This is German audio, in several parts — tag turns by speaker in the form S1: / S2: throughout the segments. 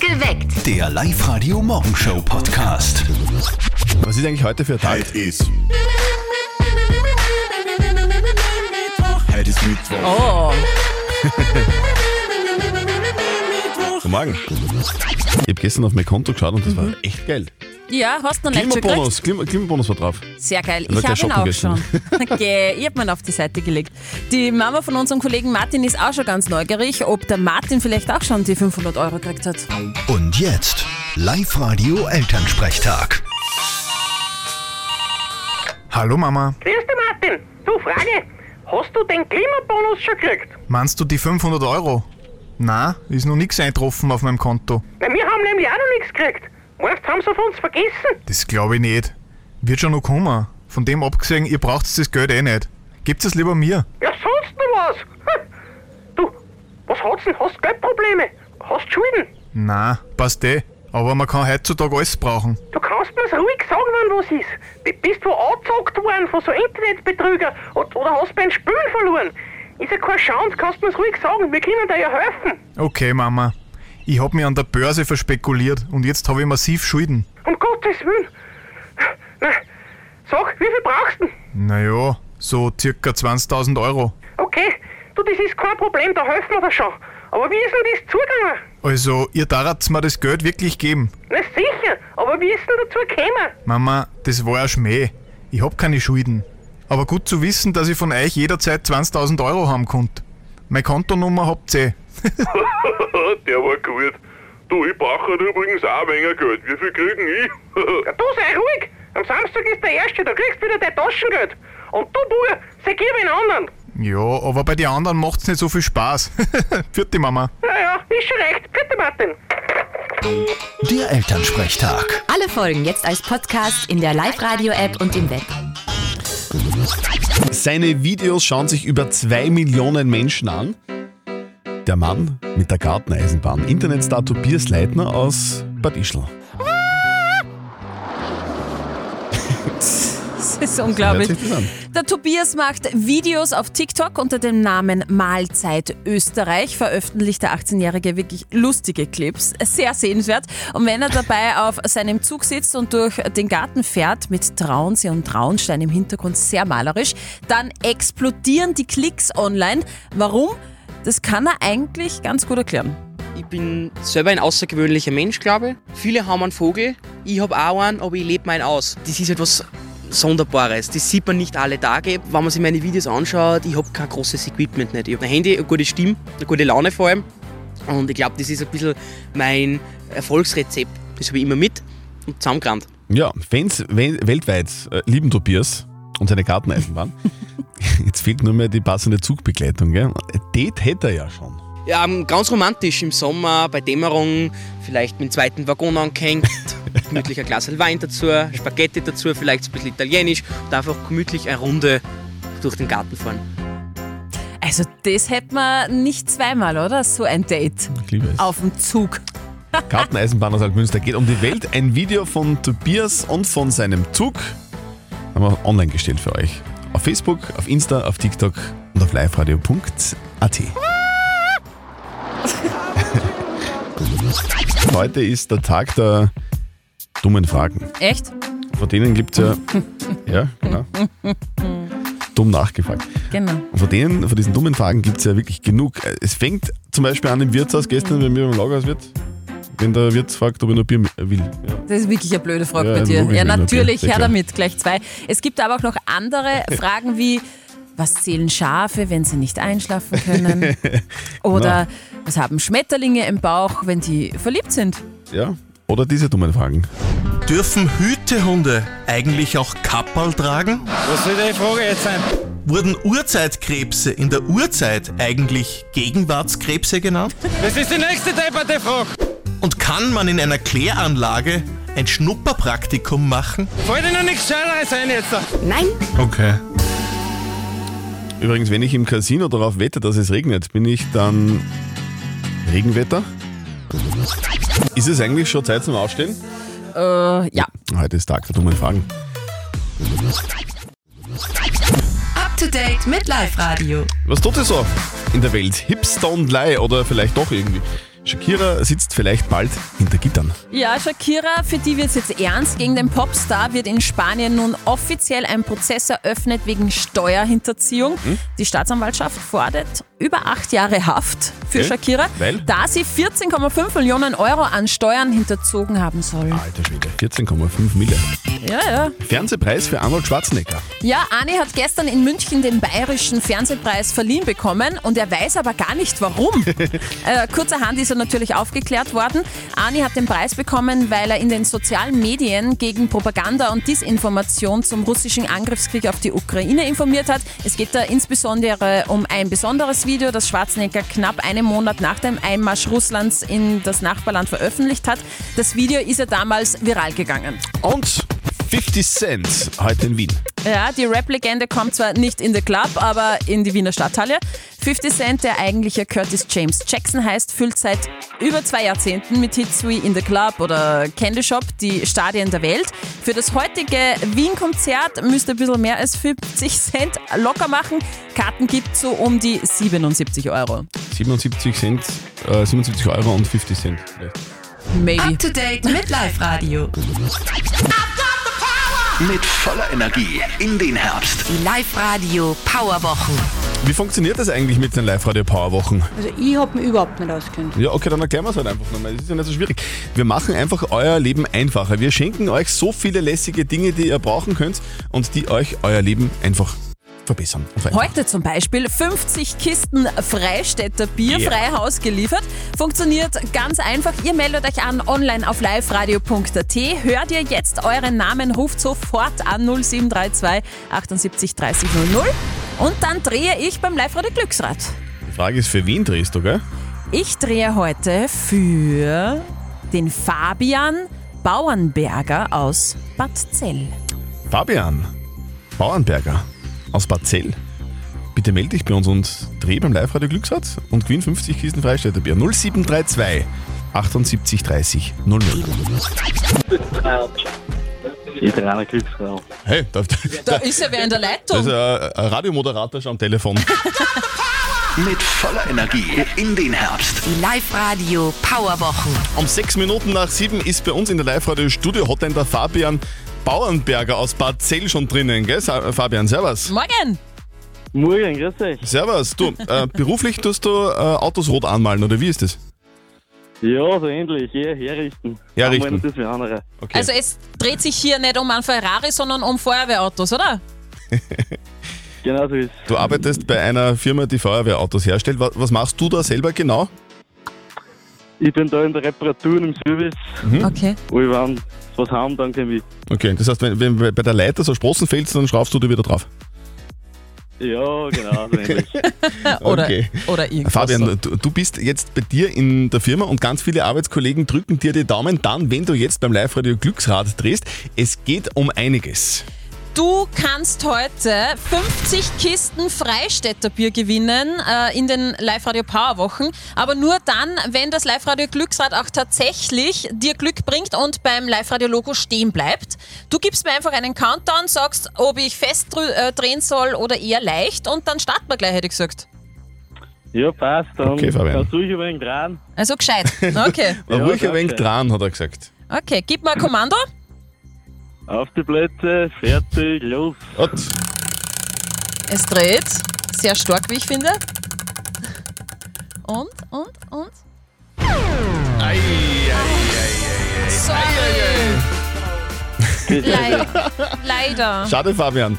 S1: Geweckt.
S2: Der Live-Radio Morgenshow Podcast.
S3: Was ist eigentlich heute für ein Tag?
S4: Heute ist. Heute ist Mittwoch.
S5: Oh,
S3: Guten Morgen. Ich habe gestern auf mein Konto geschaut und das war echt geil.
S5: ja, hast du noch nicht schon gekriegt?
S3: Klimabonus, Klima, Klimabonus war drauf.
S5: Sehr geil,
S3: war gleich
S5: ich habe ihn
S3: shoppen
S5: auch
S3: gestern.
S5: schon. Okay, ich habe ihn auf die Seite gelegt. Die Mama von unserem Kollegen Martin ist auch schon ganz neugierig, ob der Martin vielleicht auch schon die 500 Euro gekriegt hat.
S2: Und jetzt Live-Radio Elternsprechtag.
S6: Hallo Mama,
S7: Grüß dich, Martin. Du, Frage. Hast du den Klimabonus schon gekriegt?
S6: meinst du die 500 Euro? Na, ist noch nichts eintroffen auf meinem Konto.
S7: Weil wir haben nämlich auch noch nichts gekriegt. Meinst du, haben sie auf uns vergessen?
S6: Das glaube ich nicht. Wird schon noch kommen. Von dem abgesehen, ihr braucht das Geld eh nicht. Gebt es lieber mir.
S7: Ja, sonst noch was. Hm. Du, was hat's denn? Hast du Geldprobleme? Hast du Schulden?
S6: Na, passt eh. Aber man kann heutzutage alles brauchen.
S7: Du kannst mir's ruhig sagen, wann was ist. Du bist wo angezockt worden von so Internetbetrüger und- oder hast beim Spülen verloren. Ist ja keine Chance, kannst mir's ruhig sagen. Wir können dir ja helfen.
S6: Okay Mama, ich hab mich an der Börse verspekuliert und jetzt habe ich massiv Schulden.
S7: Um Gottes Willen. Na, sag, wie viel brauchst du denn?
S6: Naja, so circa 20.000 Euro.
S7: Okay, du, das ist kein Problem, da helfen wir dir schon. Aber wie ist denn das zugegangen?
S6: Also, ihr darat's mir das Geld wirklich geben.
S7: Na sicher, aber wie ist denn dazu gekommen?
S6: Mama, das war ein Schmäh. Ich hab keine Schulden. Aber gut zu wissen, dass ich von euch jederzeit 20.000 Euro haben konnte. Meine Kontonummer habt ihr. eh.
S8: Der war gut. Du, ich brauche halt übrigens auch weniger Geld. Wie viel kriegen ich?
S7: Ja, du sei ruhig! Am Samstag ist der erste, da kriegst du wieder dein Taschengeld. Und du, Bub, sei gib den anderen.
S6: Ja, aber bei den anderen macht's nicht so viel Spaß. Vierte Mama.
S7: Naja, ist schon recht. Bitte, Martin.
S2: Der Elternsprechtag.
S9: Alle Folgen jetzt als Podcast in der Live-Radio-App und im Web.
S3: Seine Videos schauen sich über zwei Millionen Menschen an. Der Mann mit der Garteneisenbahn. Internetstar Tobias Leitner aus Bad Ischl.
S5: Das ist
S3: Hört
S5: unglaublich.
S3: sich das an?
S5: Der Tobias macht Videos auf TikTok unter dem Namen Mahlzeit Österreich. Veröffentlicht der 18-Jährige wirklich lustige Clips. Sehr sehenswert. Und wenn er dabei auf seinem Zug sitzt und durch den Garten fährt mit Traunsee und Traunstein im Hintergrund sehr malerisch, dann explodieren die Klicks online. Warum? Das kann er eigentlich ganz gut erklären.
S10: Ich bin selber ein außergewöhnlicher Mensch, glaube ich. Viele haben einen Vogel, ich habe auch einen, aber ich lebe meinen aus. Das ist etwas Sonderbares. Das sieht man nicht alle Tage. Wenn man sich meine Videos anschaut, ich habe kein großes Equipment nicht. Ich habe ein Handy, eine gute Stimme, eine gute Laune vor allem. Und ich glaube, das ist ein bisschen mein Erfolgsrezept. Das habe ich immer mit und zusammengerannt.
S3: Ja, Fans we- weltweit äh, lieben Tobias und seine Garteneisenbahn. Jetzt fehlt nur mehr die passende Zugbegleitung. Gell? Date hätte er ja schon.
S10: Ja, ähm, ganz romantisch im Sommer, bei Dämmerung, vielleicht mit dem zweiten Waggon angehängt, gemütlich ein Glas Wein dazu, Spaghetti dazu, vielleicht ein bisschen italienisch und einfach gemütlich eine Runde durch den Garten fahren.
S5: Also das hätte man nicht zweimal, oder? So ein Date
S3: Ich liebe es.
S5: auf dem Zug.
S3: Garteneisenbahn aus Altmünster geht um die Welt. Ein Video von Tobias und von seinem Zug haben wir online gestellt für euch. Auf Facebook, auf Insta, auf TikTok und auf liveradio.at. Heute ist der Tag der dummen Fragen.
S5: Echt?
S3: Von denen gibt es ja. Ja, genau. Dumm nachgefragt.
S5: Genau.
S3: Und von denen, von diesen dummen Fragen gibt es ja wirklich genug. Es fängt zum Beispiel an im Wirtshaus gestern, wenn mir im Lagerhaus wird, wenn der Wirt fragt, ob er noch Bier will. Ja.
S5: Das ist wirklich eine blöde Frage
S3: Ja,
S5: bei dir.
S3: logisch,
S5: Ja,
S3: wenn du blöd
S5: natürlich,
S3: bist,
S5: her
S3: ja.
S5: damit, gleich zwei. Es gibt aber auch noch andere Fragen wie, was zählen Schafe, wenn sie nicht einschlafen können? Oder was haben Schmetterlinge im Bauch, wenn die verliebt sind?
S3: ja. Oder diese dummen Fragen.
S4: Dürfen Hütehunde eigentlich auch Kapperl tragen?
S8: Was soll deine Frage jetzt sein?
S4: Wurden Urzeitkrebse in der Urzeit eigentlich Gegenwartskrebse genannt?
S8: Das ist die nächste debatte Frage.
S4: Und kann man in einer Kläranlage ein Schnupperpraktikum machen?
S8: Fällt dir noch nichts Scheineres ein jetzt?
S9: Nein,
S4: Okay.
S3: Übrigens, wenn ich im Casino darauf wette, dass es regnet, bin ich dann Regenwetter? Ist es eigentlich schon Zeit zum Aufstehen?
S5: Äh, ja.
S3: Heute ist Tag der dummen Fragen.
S9: up to date mit Live-Radio.
S3: Was tut ihr so in der Welt? Hipster und Lei oder vielleicht doch irgendwie? Shakira sitzt vielleicht bald hinter Gittern.
S5: Ja, Shakira, für die wird es jetzt ernst. Gegen den Popstar wird in Spanien nun offiziell ein Prozess eröffnet wegen Steuerhinterziehung.
S3: Hm?
S5: Die Staatsanwaltschaft fordert über acht Jahre Haft für
S3: Okay.
S5: Shakira,
S3: Weil?
S5: da sie 14,5 Millionen Euro an Steuern hinterzogen haben soll.
S3: Alter Schwede. 14,5 Mille.
S5: Ja, ja.
S3: Fernsehpreis für Arnold Schwarzenegger.
S5: Ja, Ani hat gestern in München den bayerischen Fernsehpreis verliehen bekommen und er weiß aber gar nicht warum. äh, kurzerhand ist er natürlich aufgeklärt worden. Ani hat den Preis bekommen, weil er in den sozialen Medien gegen Propaganda und Disinformation zum russischen Angriffskrieg auf die Ukraine informiert hat. Es geht da insbesondere um ein besonderes Video, das Schwarzenegger knapp einen Monat nach dem Einmarsch Russlands in das Nachbarland veröffentlicht hat. Das Video ist ja damals viral gegangen.
S3: Und 50 Cent heute in Wien.
S5: Ja, die Rap-Legende kommt zwar nicht in den Club, aber in die Wiener Stadthalle. 50 Cent, der eigentliche Curtis James Jackson heißt, füllt seit über zwei Jahrzehnten mit Hits wie In the Club oder Candy Shop die Stadien der Welt. Für das heutige Wien-Konzert müsst ihr ein bisschen mehr als 50 Cent locker machen. Karten gibt so um die 77 Euro.
S3: 77 Cent, äh, 77 Euro und 50 Cent. Vielleicht.
S5: Maybe.
S9: to date mit Live Radio.
S2: Mit voller Energie in den Herbst.
S9: Die Live Radio Powerwochen.
S3: Wie funktioniert das eigentlich mit den Live-Radio-Power-Wochen?
S1: Also ich hab mich überhaupt nicht auskennt.
S3: Ja, okay, dann erklären wir es halt einfach nochmal. Es ist ja nicht so schwierig. Wir machen einfach euer Leben einfacher. Wir schenken euch so viele lässige Dinge, die ihr brauchen könnt und die euch euer Leben einfach verbessern. und vereinfachen.
S5: Heute zum Beispiel 50 Kisten Freistädter Bier
S3: Yeah.
S5: frei Haus geliefert. Funktioniert ganz einfach. Ihr meldet euch an online auf liveradio.at. Hört ihr jetzt euren Namen, ruft sofort an 0732 78 30 00. Und dann drehe ich beim Live-Radio Glücksrad.
S3: Die Frage ist, für wen drehst du, gell?
S5: Ich drehe heute für den Fabian Bauernberger aus Bad Zell.
S3: Fabian Bauernberger aus Bad Zell. Bitte melde dich bei uns und dreh beim Live-Radio Glücksrad und gewinn 50 Kisten Freistädterbier 0732 78 30 00.
S1: Ich bin einer Glücksfrau.
S3: Hey, da, da,
S5: Da
S3: da,
S5: ist ja wer in der
S3: da ist
S5: Leitung.
S3: ein, ein Radiomoderator schon am Telefon.
S2: Mit voller Energie in den Herbst.
S9: Die Live Radio Powerwochen.
S3: Um sechs Minuten nach sieben ist bei uns in der Live-Radio-Studio-Hotline der Fabian Bauernberger aus Bad Zell schon drinnen, gell? Sa- äh, Fabian, servus.
S5: Morgen!
S1: Morgen, grüß euch.
S3: Servus, du, äh, beruflich tust du äh, Autos rot anmalen, oder wie ist das?
S1: Ja, so ähnlich. Her, herrichten.
S3: Herrichten.
S1: Einmal Das wie andere.
S3: Okay.
S5: Also es dreht sich hier nicht um einen Ferrari, sondern um Feuerwehrautos, oder?
S1: Genau so ist
S3: du arbeitest bei einer Firma, die Feuerwehrautos herstellt. Was, was machst du da selber genau?
S1: Ich bin da in der Reparatur und im Service.
S4: Mhm.
S3: Hm?
S5: Okay.
S1: Und wenn sie was haben, dann komme ich.
S3: Okay, das heißt, wenn, wenn bei der Leiter so Sprossen fällt, dann schraubst du die wieder drauf.
S1: Ja, genau so ähnlich.
S5: Oder,
S3: Okay.
S5: oder irgendwas.
S3: Äh, Fabian, du, du bist jetzt bei dir in der Firma und ganz viele Arbeitskollegen drücken dir die Daumen dann, wenn du jetzt beim Live-Radio Glücksrad drehst. Es geht um einiges.
S5: Du kannst heute 50 Kisten Freistädter Bier gewinnen äh, in den Live-Radio Power Wochen, aber nur dann, wenn das Live-Radio Glücksrad auch tatsächlich dir Glück bringt und beim Live-Radio Logo stehen bleibt. Du gibst mir einfach einen Countdown, sagst, ob ich fest drü- äh, drehen soll oder eher leicht und dann starten wir gleich, hätte ich gesagt.
S1: Ja, passt. Dann,
S3: Okay, Fabian.
S1: dann suche ich ein wenig dran.
S5: Also gescheit. Okay.
S1: Ja,
S3: Ja, Äh, ruhig ein
S1: danke.
S3: wenig dran, hat er gesagt.
S5: Okay, gib mal ein Kommando.
S1: Auf die Plätze, fertig, los.
S3: Gut.
S5: Es dreht. Sehr stark, wie ich finde. Und, und, und. Sorry. Lei- Leider.
S3: Schade, Fabian.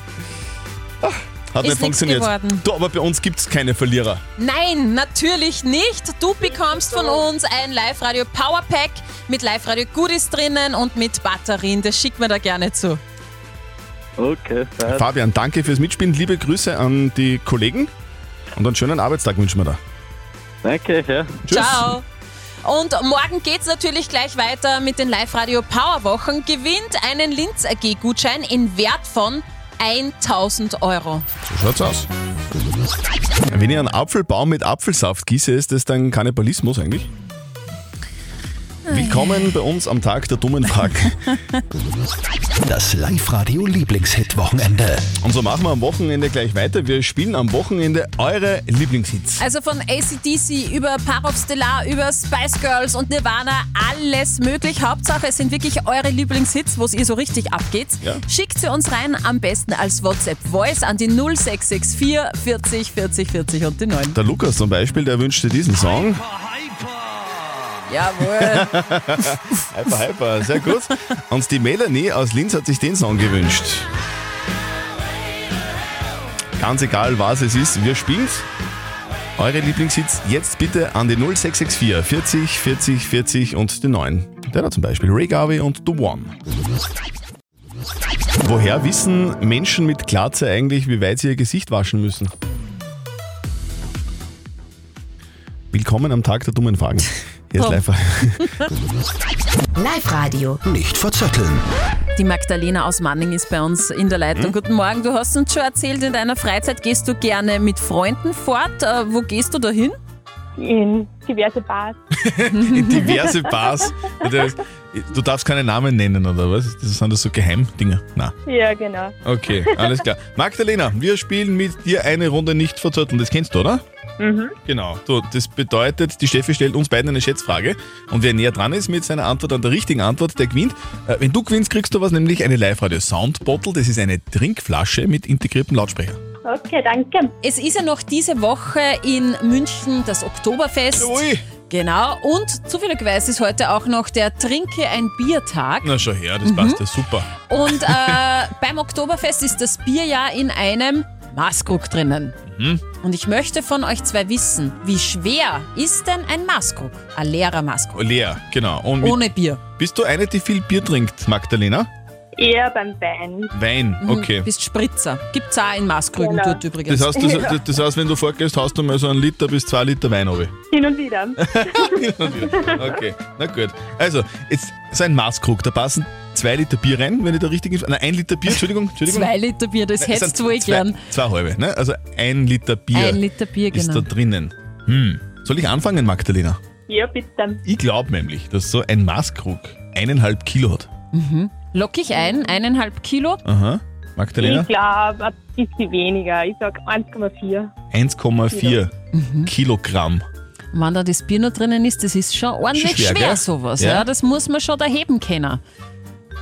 S3: Ah, hat
S5: Ist
S3: nicht
S5: nix
S3: funktioniert.
S5: geworden.
S3: Du, aber bei uns gibt es keine Verlierer.
S5: Nein, natürlich nicht. Du bekommst von uns ein Live-Radio Powerpack mit Live-Radio Goodies drinnen und mit Batterien. Das schickt mir da gerne zu.
S1: Okay, passt.
S3: Fabian, danke fürs Mitspielen. Liebe Grüße an die Kollegen und einen schönen Arbeitstag wünschen wir da.
S1: Danke, ja.
S3: Tschüss.
S5: Ciao. Und morgen geht's natürlich gleich weiter mit den Live-Radio Powerwochen. Gewinnt einen Linz AG-Gutschein in Wert von 1000 Euro.
S3: So schaut's aus. Wenn ich einen Apfelbaum mit Apfelsaft gieße, ist das dann Kannibalismus eigentlich? Willkommen bei uns am Tag der dummen Fragen.
S2: Das Live-Radio Lieblingshit-Wochenende.
S3: Und so machen wir am Wochenende gleich weiter. Wir spielen am Wochenende eure Lieblingshits.
S5: Also von ACDC über Parov Stellar, über Spice Girls und Nirvana, alles möglich. Hauptsache, es sind wirklich eure Lieblingshits, wo es ihr so richtig abgeht.
S3: Ja.
S5: Schickt sie uns rein, am besten als WhatsApp-Voice an die 0664 40 40 40 und die 9.
S3: Der Lukas zum Beispiel, der wünschte diesen Song.
S5: Jawohl.
S3: Hyper, hyper, sehr gut. Und die Melanie aus Linz hat sich den Song gewünscht. Ganz egal, was es ist, wir spielen's. Eure Lieblingshits jetzt bitte an die 0664 40 40 40 und die 9. Der da zum Beispiel Ray Garvey und The One. Woher wissen Menschen mit Glatze eigentlich, wie weit sie ihr Gesicht waschen müssen? Willkommen am Tag der dummen Fragen. Hier ist
S5: Oh.
S3: live.
S9: Live-Radio.
S2: Nicht verzetteln.
S5: Die Magdalena aus Manning ist bei uns in der Leitung.
S3: Mhm.
S5: Guten Morgen, du hast uns schon erzählt, in deiner Freizeit gehst du gerne mit Freunden fort. Äh, wo gehst du da hin?
S7: In Hm, diverse Bars.
S3: in diverse Bars. Du darfst keine Namen nennen, oder was? Das sind das so Geheimdinger? Na,
S7: Ja, genau.
S3: okay, alles klar. Magdalena, wir spielen mit dir eine Runde nicht verzötteln. Das kennst du, oder?
S7: Mhm.
S3: Genau. So, das bedeutet, die Steffi stellt uns beiden eine Schätzfrage und wer näher dran ist mit seiner Antwort an der richtigen Antwort, der gewinnt. Äh, Wenn du gewinnst, kriegst du was, nämlich eine Live-Radio Sound Bottle. Das ist eine Trinkflasche mit integriertem Lautsprecher.
S7: Okay, danke.
S5: Es ist ja noch diese Woche in München das Oktoberfest.
S3: Ui,
S5: Genau, und zufälligerweise ist heute auch noch der Trinke ein Biertag.
S3: na schau her, das passt ja super.
S5: Und äh, beim Oktoberfest ist das Bier ja in einem Maßkrug drinnen.
S3: Mhm.
S5: Und ich möchte von euch zwei wissen, wie schwer ist denn ein Maßkrug? Ein leerer Maßkrug.
S3: Leer, genau. Und mit,
S5: Ohne Bier.
S3: bist du eine, die viel Bier trinkt, Magdalena?
S7: Eher beim Wein.
S3: Wein, okay.
S5: Bist Spritzer. Gibt's auch in Maßkrügen
S7: Genau.
S5: dort übrigens.
S3: Das heißt, das, das- das heißt, wenn du fortgehst, hast du mal so einen Liter bis zwei Liter Wein runter.
S7: Hin und wieder.
S3: Okay, na gut. Also, jetzt so ein Maßkrug, da passen zwei Liter Bier rein, wenn ich da richtig... Nein, ein Liter Bier, Entschuldigung. Entschuldigung.
S5: Zwei Liter Bier, das
S3: Es
S5: hättest
S3: sind
S5: du eh
S3: zwei,
S5: gern.
S3: Zwei halbe, ne? Also ein Liter Bier
S5: Ein Liter Bier,
S3: ist
S5: genau.
S3: da drinnen. Hm. Soll ich anfangen, Magdalena?
S7: Ja, bitte.
S3: Ich glaube nämlich, dass so ein Maßkrug eineinhalb Kilo hat.
S5: Lock ich ein, eineinhalb Kilo.
S3: Aha. Magdalena?
S7: Ich glaube, ein bisschen weniger. Ich sag 1,4.
S3: 1,4 Kilogramm.
S5: Und Wenn da das Bier noch drinnen ist, das ist schon ordentlich
S3: schwer,
S5: schwer,
S3: gell?
S5: sowas.
S3: Ja.
S5: Ja. das muss man schon da heben können.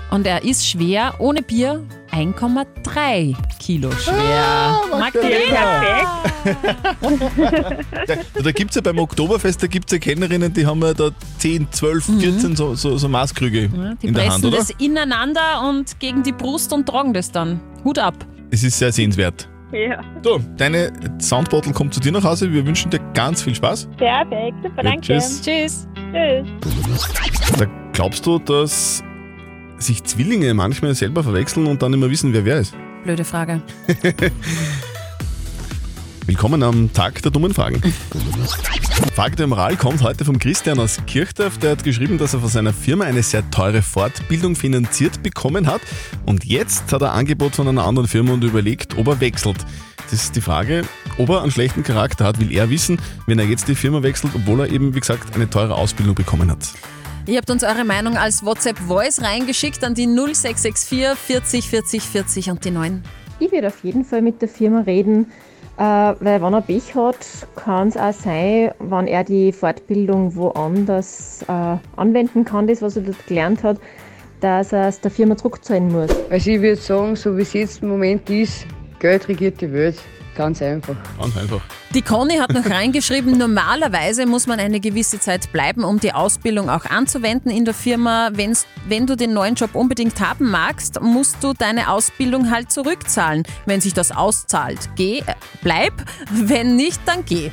S5: Und er ist schwer, ohne Bier, 1,3 Kilo schwer. Magdalena!
S7: Perfekt.
S3: Da, da gibt es ja beim Oktoberfest, da gibt es ja Kellnerinnen, die haben ja da 10, 12, 14 so, so, so Maßkrüge
S5: Mhm. Die
S3: in der Hand,
S5: pressen
S3: oder?
S5: das ineinander und gegen die Brust und tragen das dann. Hut ab.
S3: Es ist sehr sehenswert.
S7: Ja.
S3: So, deine Soundbottle kommt zu dir nach Hause. Wir wünschen dir ganz viel Spaß.
S7: Perfekt. Super, danke.
S3: Tschüss.
S5: Tschüss.
S7: Tschüss.
S3: Da glaubst du, dass sich Zwillinge manchmal selber verwechseln und dann immer wissen, wer wer ist?
S5: Blöde Frage.
S3: Willkommen am Tag der dummen Fragen. Frage der Moral kommt heute vom Christian aus Kirchdorf. Der hat geschrieben, dass er von seiner Firma eine sehr teure Fortbildung finanziert bekommen hat. Und jetzt hat er Angebot von einer anderen Firma und überlegt, ob er wechselt. Das ist die Frage, ob er einen schlechten Charakter hat, will er wissen, wenn er jetzt die Firma wechselt, obwohl er eben, wie gesagt, eine teure Ausbildung bekommen hat.
S5: Ihr habt uns eure Meinung als WhatsApp-Voice reingeschickt an die 0664 40 40 40 und die 9.
S11: Ich würde auf jeden Fall mit der Firma reden, äh, weil wenn er Pech hat, kann es auch sein, wenn er die Fortbildung woanders äh, anwenden kann, das, was er dort gelernt hat, dass er es der Firma zurückzahlen muss.
S12: Also ich würde sagen, so wie es jetzt im Moment ist, Geld regiert die Welt. Ganz einfach.
S3: Ganz einfach.
S5: Die Conny hat noch reingeschrieben, normalerweise muss man eine gewisse Zeit bleiben, um die Ausbildung auch anzuwenden in der Firma. Wenn's, wenn du den neuen Job unbedingt haben magst, musst du deine Ausbildung halt zurückzahlen. Wenn sich das auszahlt, geh, äh, bleib. Wenn nicht, dann geh.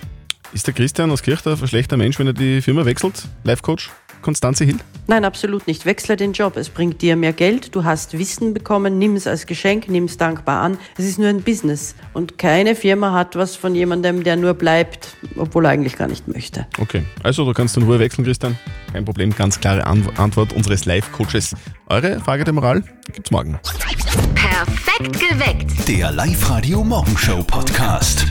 S3: Ist der Christian aus Kirchdorf ein schlechter Mensch, wenn er die Firma wechselt? Life-Coach Konstanze Hill?
S12: Nein, absolut nicht. Wechsle den Job. Es bringt dir mehr Geld. Du hast Wissen bekommen. Nimm es als Geschenk. Nimm es dankbar an. Es ist nur ein Business. Und keine Firma hat was von jemandem, der nur bleibt, obwohl er eigentlich gar nicht möchte.
S3: Okay, also du kannst in Ruhe wechseln, Christian. Kein Problem, ganz klare Anw- Antwort unseres Live-Coaches. Eure Frage der Moral gibt's morgen.
S9: Perfekt geweckt.
S2: Der Live-Radio Morgenshow Podcast.